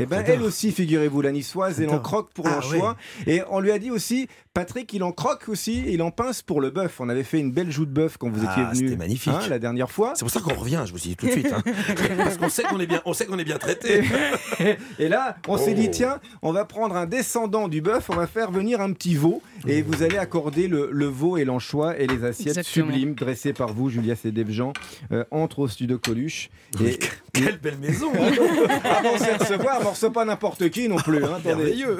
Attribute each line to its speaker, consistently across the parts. Speaker 1: Eh ben, elle aussi, figurez-vous, la niçoise, elle en croque pour
Speaker 2: Ah,
Speaker 1: l'anchois. Et on lui a dit aussi, Patrick, il en croque aussi, il en pince pour le bœuf. On avait fait une belle joue de bœuf quand vous étiez
Speaker 2: Ah,
Speaker 1: venu
Speaker 2: c'était magnifique.
Speaker 1: hein, la dernière fois.
Speaker 2: C'est pour ça qu'on revient, je vous dis tout de suite. hein. Parce qu'on sait qu'on est bien, on sait qu'on est bien traité.
Speaker 1: Et là, on s'est
Speaker 2: Oh.
Speaker 1: dit, tiens, on va prendre un descendant du bœuf, on va faire venir un petit veau, et vous allez accorder le, le veau et l'anchois et les assiettes
Speaker 3: Exactement.
Speaker 1: sublimes dressées par vous, Julia Cédevjean, euh, entre au studio Coluche. Et
Speaker 2: Quelle belle maison. hein.
Speaker 1: avancez à recevoir, amorce pas n'importe qui non plus. hein, attendez.
Speaker 2: Merveilleux.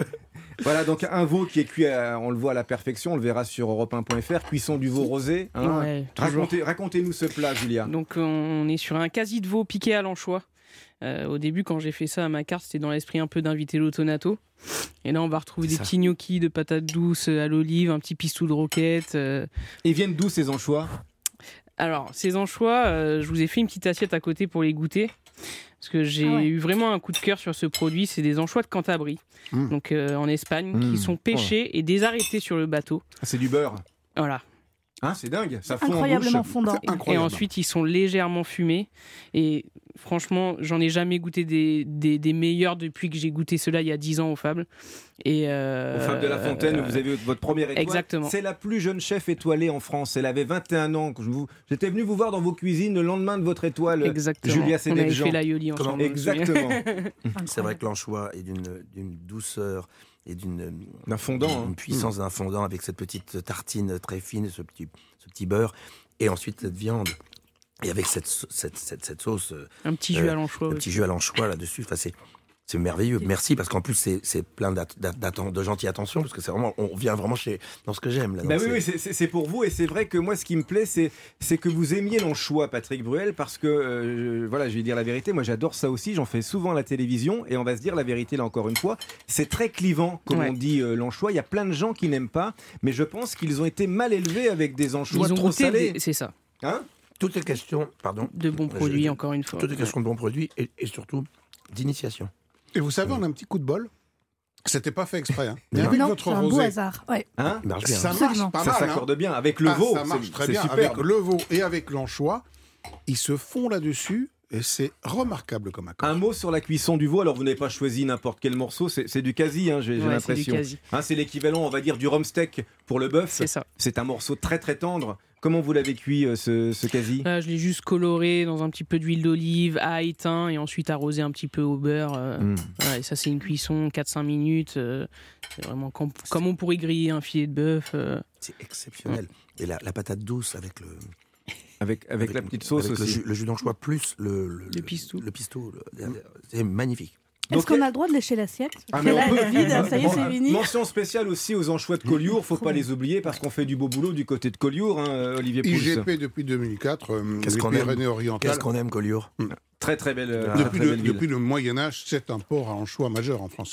Speaker 1: Voilà, donc un veau qui est cuit, à- on le voit à la perfection, on le verra sur europe1.fr, cuisson du veau rosé.
Speaker 2: Ah
Speaker 1: hein.
Speaker 3: Ouais, toujours.
Speaker 1: Racontez- Racontez-nous ce plat, Julia.
Speaker 3: Donc euh, on est sur un quasi de veau piqué à l'anchois. Euh, au début, quand j'ai fait ça à ma carte, c'était dans l'esprit un peu d'inviter l'autonato. Et là, on va retrouver
Speaker 2: C'est
Speaker 3: des
Speaker 2: ça.
Speaker 3: petits gnocchis de patates douces euh, à l'olive, un petit pistou de roquette. euh.
Speaker 1: Et viennent d'où ces anchois
Speaker 3: Alors, ces anchois, euh, je vous ai fait une petite assiette à côté pour les goûter. Parce que j'ai
Speaker 4: Ah ouais.
Speaker 3: eu vraiment un coup de cœur sur ce produit. C'est des anchois de Cantabrie,
Speaker 2: Mmh.
Speaker 5: Mm.
Speaker 3: donc euh, en Espagne,
Speaker 1: Mm.
Speaker 3: qui
Speaker 2: Oh
Speaker 3: sont pêchés et désarrêtés sur le bateau.
Speaker 1: Ah, C'est du beurre.
Speaker 3: Voilà.
Speaker 1: Hein, c'est dingue, ça fond en
Speaker 4: Incroyablement
Speaker 1: bouche.
Speaker 4: fondant.
Speaker 5: C'est
Speaker 3: Et
Speaker 5: incroyable.
Speaker 3: ensuite, ils sont légèrement fumés. Et franchement, j'en ai jamais goûté des, des, des meilleurs depuis que j'ai goûté cela il y a 10 ans au Fable. Et euh,
Speaker 1: Au Fab de la Fontaine,
Speaker 3: euh,
Speaker 1: vous avez votre première étoile.
Speaker 3: Exactement.
Speaker 1: C'est la plus jeune chef étoilée en France. Elle avait 21 ans. quand je vous- J'étais venu vous voir dans vos cuisines le lendemain de votre étoile.
Speaker 3: Exactement.
Speaker 1: Julia
Speaker 3: On avait
Speaker 1: Sénéjean.
Speaker 3: fait l'aïoli ensemble. je me souviens.
Speaker 1: Exactement.
Speaker 2: C'est vrai que l'anchois est d'une d'une douceur et d'une
Speaker 1: D'un fondant. hein.
Speaker 2: Une puissance d'un fondant avec cette petite tartine très fine, ce petit, ce petit beurre, et ensuite cette viande. Et avec cette, sau- cette, cette, cette sauce, euh,
Speaker 3: Un petit jus
Speaker 2: Euh,
Speaker 3: à l'anchois.
Speaker 2: le
Speaker 3: ouais.
Speaker 2: petit jus à l'anchois là-dessus, enfin, c'est, c'est merveilleux. Merci, parce qu'en plus, c'est, c'est plein d'att- d'att- d'atten- de gentilles attentions, parce que c'est vraiment, on vient vraiment chez, dans ce que j'aime. Là,
Speaker 1: Bah oui,
Speaker 2: Donc, c'est-
Speaker 1: oui, c'est- c'est c'est pour vous et c'est vrai que moi ce qui me plaît c'est c'est que vous aimiez l'anchois Patrick Bruel parce que euh, je- voilà je vais dire la vérité moi j'adore ça aussi j'en fais souvent à la télévision et on va se dire la vérité là encore une fois c'est très clivant comme
Speaker 3: Ouais.
Speaker 1: on dit euh, l'anchois il y a plein de gens qui n'aiment pas mais je pense qu'ils ont été mal élevés avec des anchois
Speaker 3: Ils ont
Speaker 1: trop
Speaker 3: goûté,
Speaker 1: salés
Speaker 3: des- c'est ça,
Speaker 1: hein
Speaker 2: Toutes les questions, pardon.
Speaker 3: de bons
Speaker 2: Je-
Speaker 3: produits encore une fois.
Speaker 2: Toutes les questions de bons produits et, et surtout d'initiation.
Speaker 5: Et vous savez, on a un petit coup de bol. C'était pas fait exprès. Hein. Mais
Speaker 2: Non.
Speaker 5: avec
Speaker 4: Non, c'est
Speaker 5: votre
Speaker 4: un beau
Speaker 5: rosé,
Speaker 4: hasard. Ouais.
Speaker 1: hein
Speaker 2: Il marche bien.
Speaker 5: ça marche
Speaker 4: Absolument.
Speaker 5: pas
Speaker 1: ça
Speaker 5: mal. hein.
Speaker 1: s'accorde bien avec le
Speaker 5: Ah,
Speaker 1: veau
Speaker 5: ça marche
Speaker 1: c'est-
Speaker 5: très
Speaker 1: c'est
Speaker 5: bien
Speaker 1: superbe.
Speaker 5: avec le veau et avec l'anchois. Ils se font là-dessus et c'est remarquable comme accord.
Speaker 1: Un mot sur la cuisson du veau. Alors, vous n'avez pas choisi n'importe quel morceau. C'est c'est du quasi, hein, j'ai j'ai
Speaker 3: Ouais, c'est du
Speaker 1: l'impression.
Speaker 3: quasi.
Speaker 1: Hein, c'est l'équivalent, on va dire, du rump steak pour le bœuf.
Speaker 3: C'est ça.
Speaker 1: C'est un morceau très très tendre. Comment vous l'avez cuit euh, ce, ce quasi
Speaker 3: Là, Ah, je l'ai juste coloré dans un petit peu d'huile d'olive, ail, thym, et ensuite arrosé un petit peu au beurre. euh,
Speaker 1: Mm.
Speaker 3: voilà, et ça, c'est une cuisson 4-5 minutes. euh, c'est vraiment com- comme on pourrait griller un filet de bœuf. euh,
Speaker 2: C'est exceptionnel. Et la, la patate douce avec le,
Speaker 1: avec, avec la petite sauce
Speaker 2: avec le
Speaker 1: aussi.
Speaker 2: jus- Le jus, d'anchois plus le, le, le-
Speaker 3: pistou.
Speaker 2: le pistou, le- c'est magnifique.
Speaker 4: Est-ce
Speaker 1: Donc,
Speaker 4: qu'on a le droit de lécher l'assiette
Speaker 1: Ah, mais
Speaker 4: C'est
Speaker 1: on
Speaker 4: là,
Speaker 1: peut-
Speaker 4: elle est vide, ça y est,
Speaker 1: Bon,
Speaker 4: c'est fini.
Speaker 1: Mention spéciale aussi aux anchois de Collioure. Faut pas les oublier parce qu'on fait du beau boulot du côté de Collioure, hein, euh, Olivier Pouls.
Speaker 5: IGP depuis 2004, euh,
Speaker 2: Qu'est-ce
Speaker 5: les
Speaker 2: qu'on aime
Speaker 5: Pyrénées-Orientales.
Speaker 2: Qu'est-ce qu'on aime, Collioure
Speaker 1: Très très belle. euh,
Speaker 2: Depuis
Speaker 1: très
Speaker 5: Depuis, le,
Speaker 1: belle ville.
Speaker 5: depuis le Moyen Âge, c'est un port à anchois majeur en France.